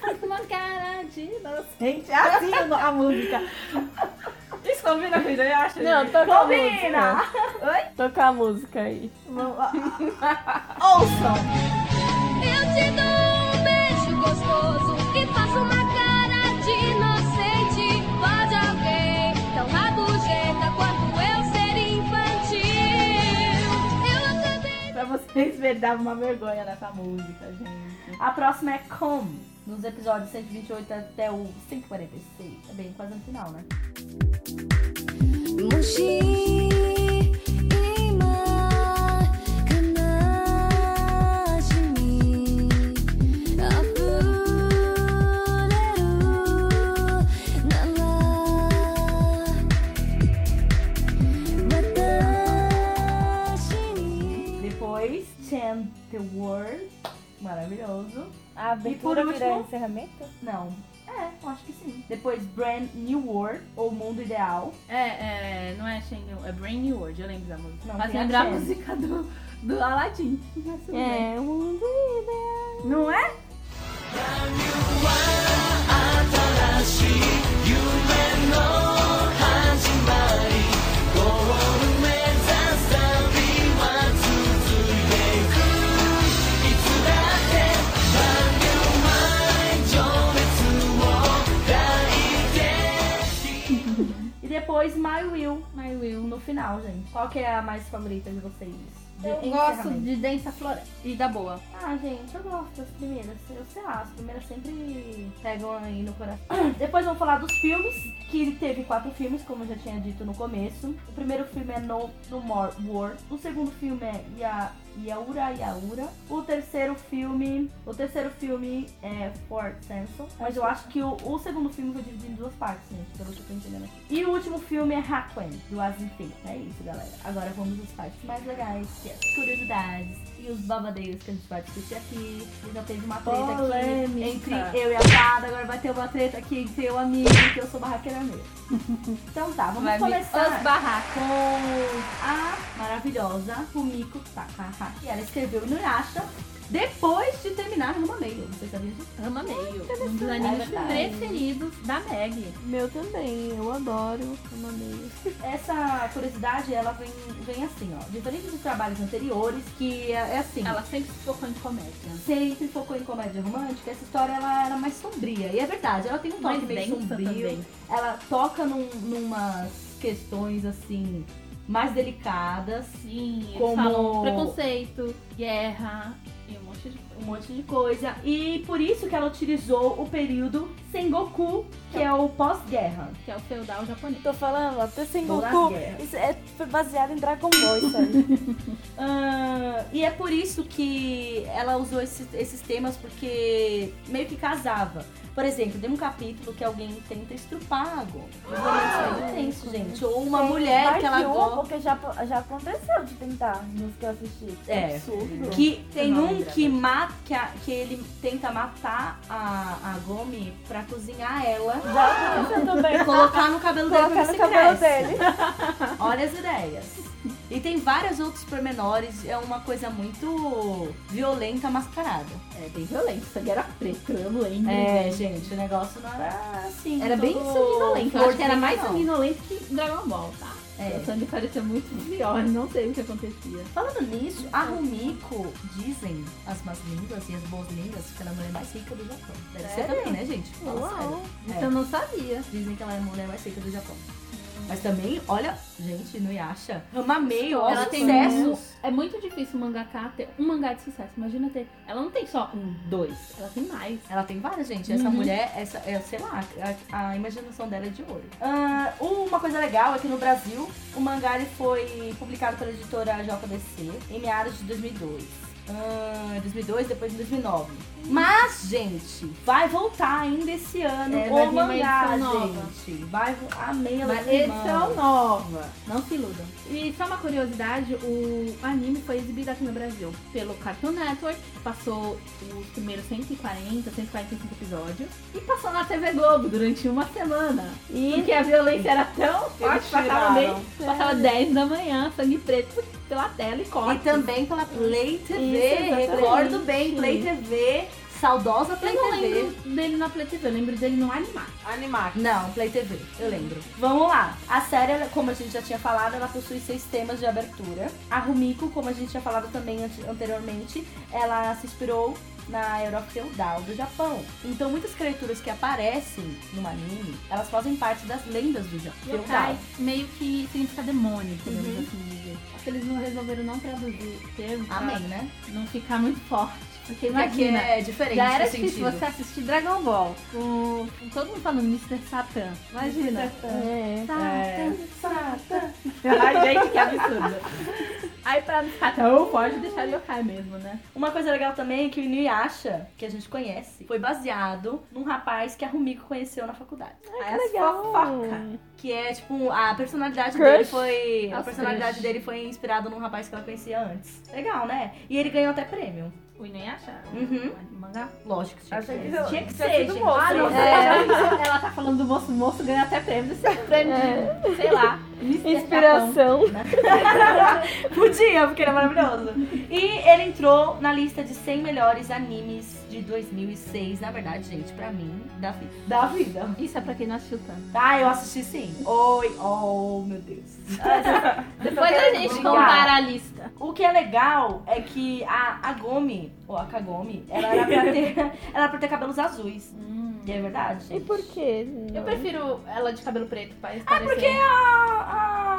S1: Faz uma cara de inocente.
S5: Gente, é assim o no- a música.
S8: Isso combina com ideia, acha?
S9: Não, toca a música. Oi? Toca a música aí.
S6: Eu te dou um beijo gostoso e faço uma cara de inocente. Pode alguém tão rabugenta quanto eu ser infantil? Eu acabei.
S5: Pra vocês verem, dava uma vergonha nessa música, gente.
S3: A próxima é Come, nos episódios 128 até o 146. É bem quase no final, né?
S6: もし今悲しみ溢れるなら私に
S3: Depois, Chant the World. Maravilhoso.
S5: A abertura
S3: por
S5: vira
S3: último-
S5: encerramento?
S3: Não. É, eu acho que sim. Depois, Brand New World, ou Mundo Ideal.
S1: É, é, não é Shane, é Brain New World, eu lembro da música.
S3: Não,
S1: Mas
S3: tem a
S1: lembra a
S3: Cher.
S1: música do, do Aladdin. Mas tudo bem.
S9: É, o mundo ideal.
S3: Não é? E depois My Will,
S1: My Will.
S3: no final, gente. Qual que é a mais favorita de vocês? De
S1: Eu gosto
S3: encerramento.
S1: de Densa Floresta e da Boa.
S3: Ah, gente, eu gosto das primeiras. Eu sei lá, as primeiras sempre pegam aí no coração. Depois vamos falar dos filmes, que teve quatro filmes, como eu já tinha dito no começo. O primeiro filme é No, no More War. O segundo filme é Ya, Yaura Yaura. O terceiro filme. O terceiro filme é Fort Sanson. Mas eu acho que o, o segundo filme foi dividido em duas partes, gente, pelo que eu tô entendendo aqui. E o último filme é Hakuen, do Azinfim. É isso, galera. Agora vamos às partes mais legais, que é as curiosidades e os babadeiros que a gente vai discutir aqui. E já teve uma treta aqui
S1: Polêmica.
S3: entre eu e a Fada, agora vai ter uma treta aqui entre eu e o amigo, que eu sou barraqueira mesmo. então tá, vamos
S1: Vai me
S3: começar
S1: esbarrar.
S3: com a maravilhosa Fumiko Takahata. E ela escreveu Inuyasha, depois de terminar Rama Meio. Vocês sabiam disso?
S1: Rama Meio. Um dos
S3: É
S1: animes
S3: verdade.
S1: preferidos da Meg.
S2: Meu também, eu adoro. Eu amei.
S3: Essa curiosidade, ela vem, vem assim, ó. Diferente de trabalhos anteriores, que é, é assim.
S1: Ela sempre se focou em comédia.
S3: Um sempre focou em comédia romântica, essa história ela era mais sombria. E é verdade, ela tem um toque
S1: Mas
S3: meio
S1: densa
S3: sombrio.
S1: também.
S3: Ela toca num, numas questões assim mais delicadas,
S1: Sim, eles
S3: Como-
S1: falam preconceito, guerra e um monte de coisa.
S3: um monte de coisa. E por isso que ela utilizou o período Sengoku, que é o pós-guerra.
S1: Que é o feudal japonês.
S2: Tô falando, até sem
S3: Vou
S2: Goku.
S3: lá, guerra.
S2: Isso é foi baseado em Dragon Ball, isso aí.
S3: Ah, e é por isso que ela usou esse- esses temas, porque meio que casava. Por exemplo, tem um capítulo que alguém tenta estrupar a Gogo.
S2: Ah,
S3: Isso é intenso, gente. Ou uma
S5: Tem
S3: mulher
S5: mais
S3: que ela
S5: de um,
S3: gosta.
S5: Porque já, já aconteceu de tentar nos que eu assisti.
S3: É.
S5: Absurdo.
S3: Que tem
S1: não
S3: um
S1: lembro
S3: que mata, que, a- que ele tenta matar a, a Gomi pra cozinhar ela
S5: Já aconteceu Ah, também.
S3: e colocar no cabelo dele pra ver
S5: Colocar
S3: um
S5: no
S3: se
S5: cabelo
S3: cresce.
S5: dele.
S3: Olha as ideias. E tem vários outros pormenores, é uma coisa muito violenta mascarada.
S1: É bem violento, o sangue era preto, eu lembro. né?
S3: É, gente, o negócio não era assim.
S1: Era bem
S3: todo
S1: sanguinolento. Eu acho que era
S3: flor
S1: mais
S3: não.
S1: sanguinolento que Dragon Ball, tá?
S3: É.
S1: O sangue parecia muito pior, não sei o que acontecia.
S3: Falando nisso, a Rumiko, dizem as más línguas e as boas línguas, que ela é a mulher mais rica do Japão. Deve ser também, né, gente? Fala sério.
S1: Isso Então, eu não sabia.
S3: Dizem que ela é a mulher mais rica do Japão. Mas também, olha, gente, no Yasha, Ramamei, ó,
S1: ela
S3: sucesso.
S1: tem muito, É muito difícil o mangaka ter um mangá de sucesso. Imagina ter. Ela não tem só um, dois. Ela tem mais.
S3: Ela tem várias, gente. Essa
S1: Uhum.
S3: mulher, essa, é, sei lá, a, a imaginação dela é de ouro. Ah, uma coisa legal é que no Brasil, o mangá ele foi publicado pela editora JBC em meados de 2002. Ah, 2002, depois de 2009.
S1: Uhum.
S3: Mas, gente, vai voltar ainda esse ano
S1: É, vai
S3: o
S1: vir uma
S3: mangá,
S1: edição nova.
S3: gente. Vai, vo- ah, amei, ela
S1: Mas é edição nova. Não se iludam. E só uma curiosidade, o anime foi exibido aqui no Brasil pelo Cartoon Network, que passou os primeiros 140, 145 episódios, e passou na TV Globo durante uma semana. Porque a violência era tão forte, passava, meio, passava 10 da manhã, sangue preto pela tela e
S3: E
S1: corte.
S3: também pela Play
S2: Isso,
S3: TV,
S2: exatamente.
S3: recordo bem, Play TV, saudosa
S1: eu
S3: Play
S1: não
S3: TV.
S1: lembro dele na Play TV, eu lembro dele no Animar.
S6: Animar.
S3: Não, Play TV, eu lembro. Vamos lá. A série, ela- como a gente já tinha falado, ela possui seis temas de abertura. A Rumiko, como a gente tinha falado também ante- anteriormente, ela se inspirou na Europa feudal do Japão. Então muitas criaturas que aparecem no anime, elas fazem parte das lendas do Japão.
S1: Yokai meio que significa demônio, podemos assim dizer. Acho que eles não resolveram não traduzir o termo pra
S3: Amém, né?
S1: não ficar muito forte. Porque
S3: Porque
S1: Ah. imagina,
S3: é diferente
S1: já era
S3: o
S1: difícil
S3: sentido.
S1: você assistir Dragon Ball com, com todo mundo falando Mr. Satan. Imagina.
S2: É.
S1: Satan, Satan. Ai, gente, que absurdo. Aí pra não ficar tão forte, deixar Yokai mesmo, né?
S3: Uma coisa legal também é que o Inuyasha, que a gente conhece, foi baseado num rapaz que a Rumiko conheceu na faculdade. Aí as fofoca, que é tipo a personalidade
S2: Crush.
S3: dele foi a
S1: Nossa,
S3: personalidade
S1: crush.
S3: dele foi inspirada num rapaz que ela conhecia antes. Legal, né? E ele ganhou até prêmio.
S1: O Inuyasha?
S3: Uhum.
S1: O mangá?
S3: Lógico, tinha que
S5: Achei
S3: ser.
S5: que eu-
S3: Tinha que
S5: tinha
S3: ser,
S5: sido
S3: gente.
S5: moço,
S3: Ah, não,
S5: né?
S1: É, ela tá falando do moço, o moço ganha até prêmio. Esse prêmio, de, sei lá,
S3: é
S1: Mr. Satan.
S2: Inspiração.
S3: Podia, porque era maravilhoso. E ele entrou na lista de 100 melhores animes de 2006. Na verdade, gente, pra mim, da vida. Da vida.
S1: Isso é pra quem não assistiu tanto.
S3: Ah, eu assisti sim. Oi, oh, meu Deus.
S1: Depois a gente
S3: Obrigada.
S1: compara a lista.
S3: O que é legal é que a, a Gomi, ou a Kagome, ela era pra ter, ela era pra ter cabelos azuis. E é verdade,
S2: E
S3: gente.
S2: por quê?
S1: Hum. Eu prefiro ela de cabelo preto pra
S3: Ah,
S1: esclarecer.
S3: porque a. a...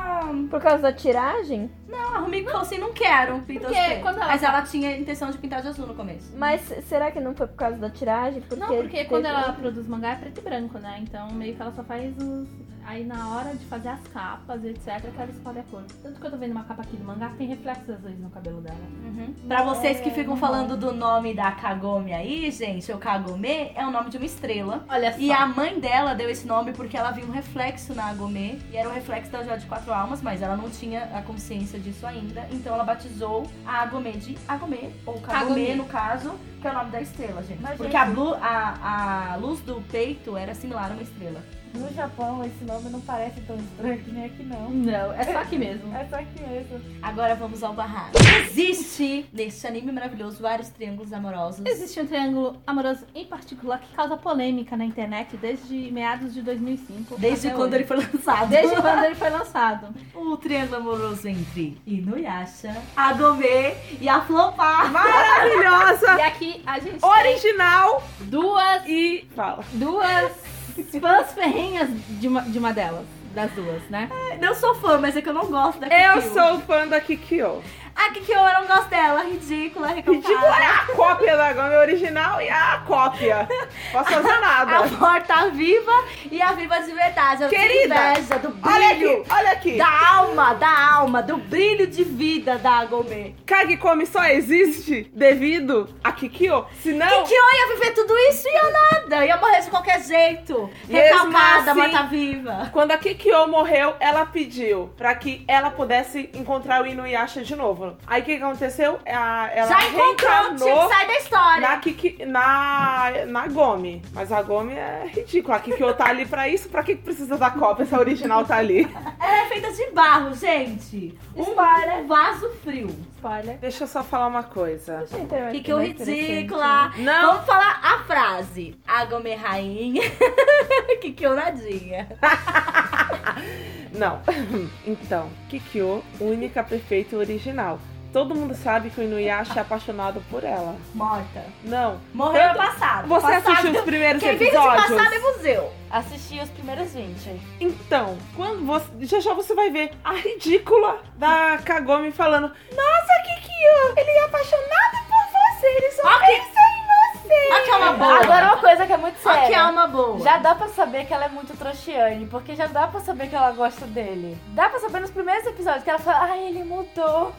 S2: Por causa da tiragem?
S3: Não, a Rumiko Ah, falou assim: não quero pintar
S1: Porque
S3: os peitos.
S1: quando ela-
S3: Mas ela tinha a intenção de pintar de azul no começo.
S2: Mas será que não foi por causa da tiragem? Porque
S1: Não, porque
S2: teve-
S1: quando ela produz mangá é preto e branco, né? Então meio que ela só faz os. Aí na hora de fazer as capas, etc, é que ela escolhe a cor. Tanto que eu tô vendo uma capa aqui do mangá que tem reflexos azuis no cabelo dela.
S3: Pra vocês que
S1: É.
S3: ficam falando do nome da Kagome aí, gente, o Kagome é o nome de uma estrela.
S1: Olha só.
S3: E a mãe dela deu esse nome porque ela viu um reflexo na Agomê. E era o reflexo da Joia de Quatro Almas, mas ela não tinha a consciência disso ainda. Então ela batizou a Agomê de Agomê, ou Kagomê
S1: Kagome.
S3: no caso, que é o nome da estrela, gente.
S5: Mas,
S3: porque
S5: gente-
S3: A, blu- a- a luz do peito era similar a uma estrela.
S5: No Japão, esse nome não parece tão estranho que nem aqui, não.
S1: Não, é só aqui mesmo.
S5: É só aqui mesmo.
S3: Agora vamos ao barraco. Existe neste anime maravilhoso vários triângulos amorosos.
S1: Existe um triângulo amoroso em particular que causa polêmica na internet desde meados de 2005.
S3: Desde
S1: até
S3: quando
S1: hoje.
S3: ele foi lançado.
S1: Desde quando ele foi lançado.
S3: O triângulo amoroso entre Inuyasha, a Gomê e a Flopar.
S6: Maravilhosa!
S1: E aqui a gente
S6: Original
S1: tem duas,
S6: e. Fala.
S1: duas fãs ferrenhas de uma, de uma delas. Das duas, né?
S3: Eu sou fã, mas é que eu não gosto da
S6: Eu
S3: Kikyo.
S6: sou fã da Kikyo.
S3: A Kikyo, eu não gosto dela. Ridícula, recalcada.
S6: É A cópia da Gama é original e a cópia. Posso fazer nada.
S3: A porta viva e a viva de verdade. Eu tenho
S6: Querida,
S3: inveja do
S6: Olha aqui,
S3: brilho.
S6: olha aqui.
S3: Da alma, da alma, do brilho de vida da Gomê.
S6: Kage Come só existe devido a Kikyo. Senão,
S3: Que eu ia viver tudo isso e eu nada. Ia morrer de qualquer jeito.
S6: Mesmo
S3: Recalcada,
S6: assim-
S3: mata viva.
S6: quando a Kikyo morreu, ela pediu pra que ela pudesse encontrar o Inuyasha de novo. Aí o que que aconteceu? A- Ela
S3: Já encontrou, tinha
S6: reencarnou
S3: que sair da história.
S6: na, Kiki, na, na Gomi. Mas a Gomi é ridícula. A Kikyo tá ali pra isso. Pra que que precisa da cópia se a original tá ali?
S3: Ela é feita de barro, gente. Um vaso frio.
S1: Spoiler.
S6: Deixa eu só falar uma coisa.
S3: Que que eu ridícula. Então,
S6: Não.
S3: Vamos falar a frase. Agome rainha. que que eu nadinha.
S6: Não. Então, Kikyo, única perfeita e original. Todo mundo sabe que o Inuyasha é apaixonado por ela.
S3: Morta.
S6: Não.
S3: Morreu no
S6: Tanto-
S3: passado.
S6: Você
S3: passado.
S6: assistiu os primeiros
S3: Quem vive de
S6: episódios?
S3: passado é museu.
S5: Assisti os primeiros 20.
S6: Então, quando você, já já você vai ver a ridícula da Kagome falando: Nossa, Kikyo, ele é apaixonado por você, ele só pensa em você.
S3: Aqui é uma boa.
S5: Agora uma coisa que é muito
S3: Aqui é
S5: séria.
S3: uma boa.
S5: Já dá pra saber que ela é muito trouxiane, porque já dá pra saber que ela gosta dele. Dá pra saber nos primeiros episódios que ela fala, ai, ele mudou.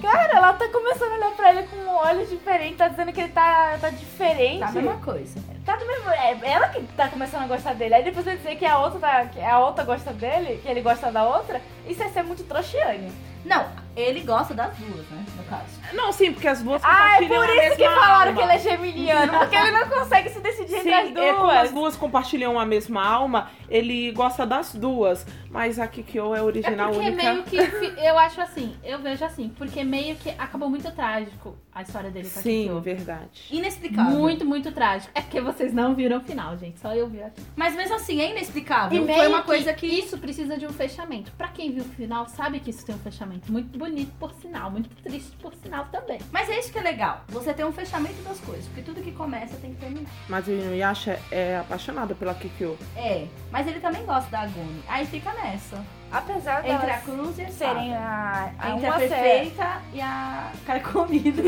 S5: Cara, ela tá começando a olhar pra ele com um olho diferente, tá dizendo que ele tá, tá diferente.
S3: Tá a mesma coisa.
S5: Tá do mesmo. É ela que tá começando a gostar dele. Aí depois vai dizer que a outra, tá- que a outra gosta dele, que ele gosta da outra. Isso é ser muito trouxiane.
S3: Não, ele gosta das duas, né? No caso.
S6: Não, sim, porque as duas
S5: Ah, é
S6: compartilham
S5: por
S6: a
S5: isso que
S6: mesma
S5: falaram
S6: alma.
S5: que ele é geminiano, porque ele não consegue se decidir
S6: Sim,
S5: entre as
S6: é como as
S5: duas.
S6: duas compartilham a mesma alma, ele gosta das duas, mas a Kikyo é
S1: É
S6: original
S1: porque
S6: única.
S1: meio que fi- eu acho assim, eu vejo assim, porque meio que acabou muito trágico a história dele com a
S6: Sim,
S1: tá Kikyo.
S6: verdade.
S3: Inexplicável.
S1: Muito, muito trágico. É porque vocês não viram o final, gente. Só eu vi aqui.
S3: Mas mesmo assim, é inexplicável.
S1: E
S3: Foi
S1: meio
S3: uma coisa que.
S1: Isso precisa de um fechamento. Pra quem viu o final, sabe que isso tem um fechamento. Muito bonito, por sinal. Muito triste, por sinal, também.
S3: Mas é isso que é legal. Você tem um fechamento das coisas. Porque tudo que começa tem que terminar.
S6: Mas o Inuyasha é apaixonado pela Kikyo.
S3: É. Mas ele também gosta da Agumi. Aí fica nessa.
S5: Apesar de
S3: Entre a cruz e a
S5: serem
S3: espada.
S5: a, a
S3: Entre a
S5: uma ser-
S3: perfeita e a carcomida.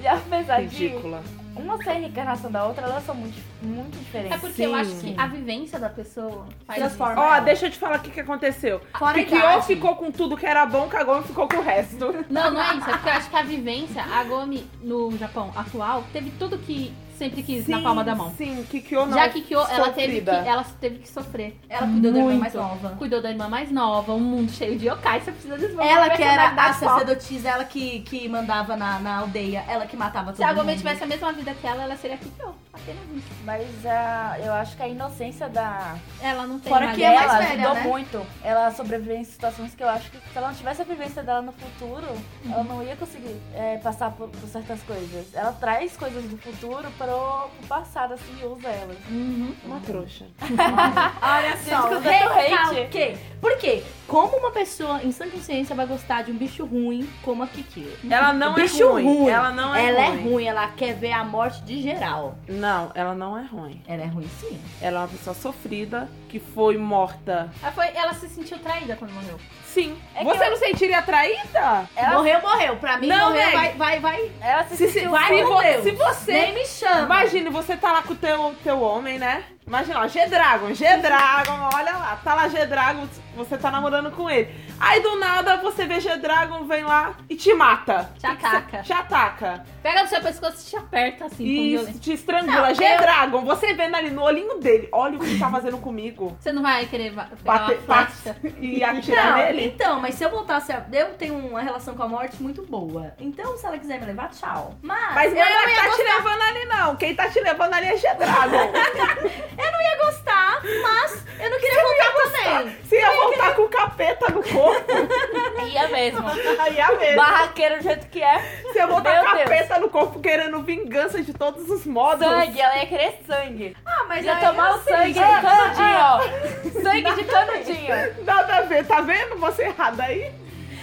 S5: E apesar de
S6: Ridícula.
S5: uma ser a reencarnação da outra, elas são muito, muito diferentes.
S1: É porque eu acho que a vivência da pessoa faz É.
S3: Transforma.
S6: Ó, deixa eu te falar o que, que aconteceu.
S3: Fora a
S6: Kikyo
S3: idade.
S6: ficou com tudo que era bom, Kagome ficou com o resto.
S1: isso. Não, não é isso. É porque eu acho que a vivência, a Gomi no Japão atual, teve tudo que sempre quis na palma da mão.
S6: Sim, Kikyo não.
S1: Já que Kyo, ela teve que,
S6: sofrida.
S1: ela teve que sofrer.
S3: Ela cuidou da irmã
S1: Muito.
S3: mais nova.
S1: Cuidou da irmã mais nova, um mundo cheio de yokai, você precisa desenvolver
S3: Ela que era a
S1: personalidade forte.
S3: sacerdotisa, ela que, que mandava na, na aldeia, ela que matava todo
S1: Se a
S3: mundo.
S1: Gomi tivesse a mesma vida que ela, ela seria Kikyo. Apenas isso.
S5: Mas a, eu acho que a inocência da
S1: Ela não tem
S3: Fora
S1: mais
S3: que é mais
S5: ela
S3: velha,
S5: ajudou
S3: né?
S5: muito. Ela sobreviveu em situações que eu acho que se ela não tivesse a vivência dela no futuro, ela não ia conseguir é, passar por, por certas coisas. Ela traz coisas do futuro pro, pro passado, assim, e usa elas.
S1: Uhum.
S6: Uma trouxa.
S5: Olha só,
S3: Não, recalquei. Por quê? Como uma pessoa em sã consciência vai gostar de um bicho ruim como a Kiki?
S6: Ela não
S3: Bicho
S6: é ruim.
S3: ruim.
S6: Ela não é
S3: ela
S6: ruim.
S3: é ruim, ela quer ver a morte de geral.
S6: Não, ela não é ruim.
S3: Ela é ruim sim.
S6: Ela é uma pessoa sofrida que foi morta.
S1: Ela, foi, ela se sentiu traída quando morreu.
S6: Sim.
S5: É que
S6: Você
S5: eu-
S6: não sentiria traída?
S5: Ela-
S3: Morreu, morreu. Pra mim,
S6: Não,
S3: morreu,
S6: nega.
S3: vai, vai, vai.
S5: Ela se
S6: Se, se,
S5: sentiu
S3: vai
S6: se
S3: com
S6: vo-
S3: Deus.
S6: se você.
S3: Nem me chama.
S6: Imagine, você tá lá com o teu, teu homem, né? Imagina, ó, G-Dragon, G-Dragon, olha lá. Tá lá G-Dragon, você tá namorando com ele. Aí do nada você vê G-Dragon, vem lá e te mata.
S1: Te ataca.
S6: Te ataca.
S1: Pega no seu pescoço e te aperta assim, com
S6: E
S1: violência.
S6: te estrangula. G-Dragon, você vendo ali no olhinho dele, olha o que ele tá fazendo comigo.
S1: Você não vai querer va- pegar
S6: Bater,
S1: uma flecha.
S6: bate- e atirar
S3: Não,
S6: nele.
S3: então, mas se eu voltasse a... Eu tenho uma relação com a morte muito boa. Então, se ela quiser me levar, tchau. Mas,
S6: Mas não
S3: eu
S6: é
S3: não
S6: que
S3: ia
S6: tá te levando ali, não. Quem tá te levando ali é G-Dragon.
S3: gostar voltar, mas eu não queria voltar também.
S6: Se ia voltar com o capeta no corpo,
S5: Ia mesmo.
S6: aí é mesmo.
S5: Barraqueiro do jeito que é.
S6: Se ia voltar
S5: Meu
S6: com
S5: Deus.
S6: capeta no corpo querendo vingança de todos os modos.
S5: Sangue, ela ia querer sangue.
S3: Ah, mas
S5: Ia
S3: aí
S5: tomar
S3: eu
S5: o sangue de canudinho, ó. Sangue de canudinho.
S6: Nada a ver, tá vendo? Você errada aí?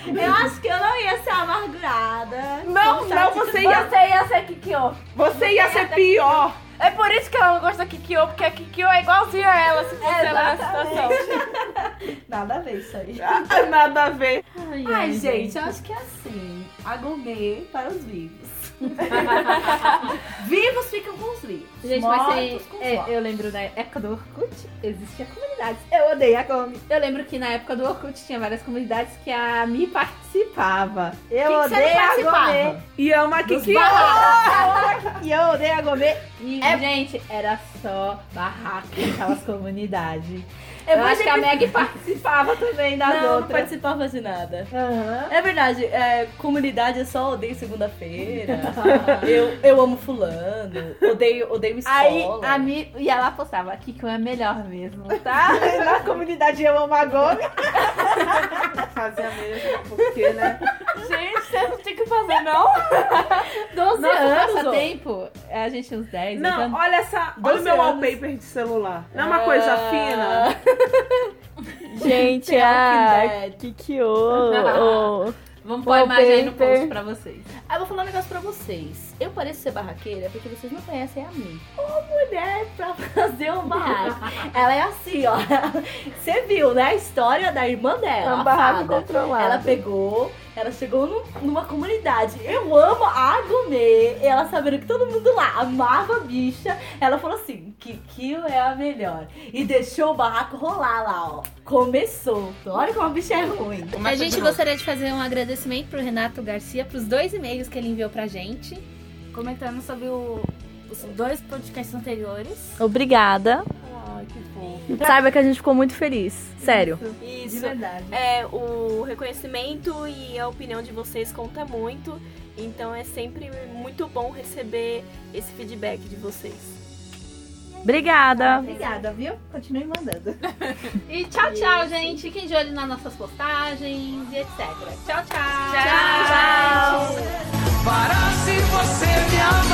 S3: Eu acho que eu não ia ser amargurada.
S6: Não, não, você ia,
S5: Você ia ser Kikyo.
S6: você ia ser pior.
S5: É por isso que ela não gosta da Kikyo, porque a Kikyo é igualzinha a ela, se fosse ela na situação.
S3: Nada a ver isso aí.
S6: Ah, Nada a ver.
S1: Ai,
S3: Ai, gente, eu acho que é assim. A gourmet para os vivos. vivos ficam com os vivos.
S1: Gente, mas
S3: mortos
S1: tem.
S3: com os
S1: é,
S3: mortos.
S1: eu lembro na época do Orkut, existia comunidades. Eu odeio a Gomi. Eu lembro que na época do Orkut tinha várias comunidades que a Mi participava. Eu
S3: que que você
S1: odeio a
S3: participava?
S1: Gomi.
S6: E ama que que
S1: E eu odeio a Gomi. E,
S3: É
S1: gente, era só barraca naquelas comunidades. Eu, acho que a Meg participava também das
S3: Não, não
S1: outras.
S3: participava de nada.
S1: Aham.
S3: É verdade, é, comunidade eu só odeio segunda-feira. eu, eu amo fulano. Odeio, odeio
S1: Aí
S3: escola.
S1: a Mi. E ela postava aqui que eu é melhor mesmo, tá?
S6: na comunidade eu amo a Gomi. Fazia mesmo, porque, né?
S5: Gente, você não tinha que fazer, não?
S1: 12
S3: Nossa,
S1: anos.
S3: quantos
S1: Nossa,
S3: anos?
S1: tempo? É, A gente tinha uns 10,
S6: Não,
S1: então-
S6: olha essa. Olha o
S1: 12
S6: meu
S1: anos.
S6: wallpaper de celular. Não é uma coisa fina?
S2: Gente, ah, a Kikyo. o-
S1: Vamos pôr a imagem aí no
S2: Wallpaper.
S1: post pra vocês.
S3: Ah, eu vou falar um negócio pra vocês. Eu pareço ser barraqueira porque vocês não conhecem a mim. Uma mulher pra fazer um barraco. Ela é assim, ó. Você viu, né? A história da irmã
S2: É
S3: dela.
S2: um
S3: a
S2: barraco
S3: fada. Ela
S2: controlado.
S3: pegou, ela chegou num- numa comunidade. Eu amo a Gourmet. E ela sabendo que todo mundo lá amava a bicha. Ela falou assim: Kikio é a melhor. E deixou o barraco rolar lá, ó. Começou. Olha como a bicha é ruim.
S10: A gente gostaria de fazer um agradecimento pro Renato Garcia pros dois e-mails que ele enviou pra gente.
S5: Comentando sobre os dois podcasts anteriores.
S2: Obrigada. Saiba que a gente ficou muito feliz. Sério.
S1: De
S11: Isso.
S1: verdade.
S11: É, o reconhecimento e a opinião de vocês conta muito. Então é sempre muito bom receber esse feedback de vocês.
S10: Ah.
S2: Obrigada.
S1: Obrigada, viu? Continue mandando. e tchau, tchau, gente. Fiquem de olho nas nossas postagens e etc. Tchau, tchau. Tchau, tchau.
S4: Para se você me amar. É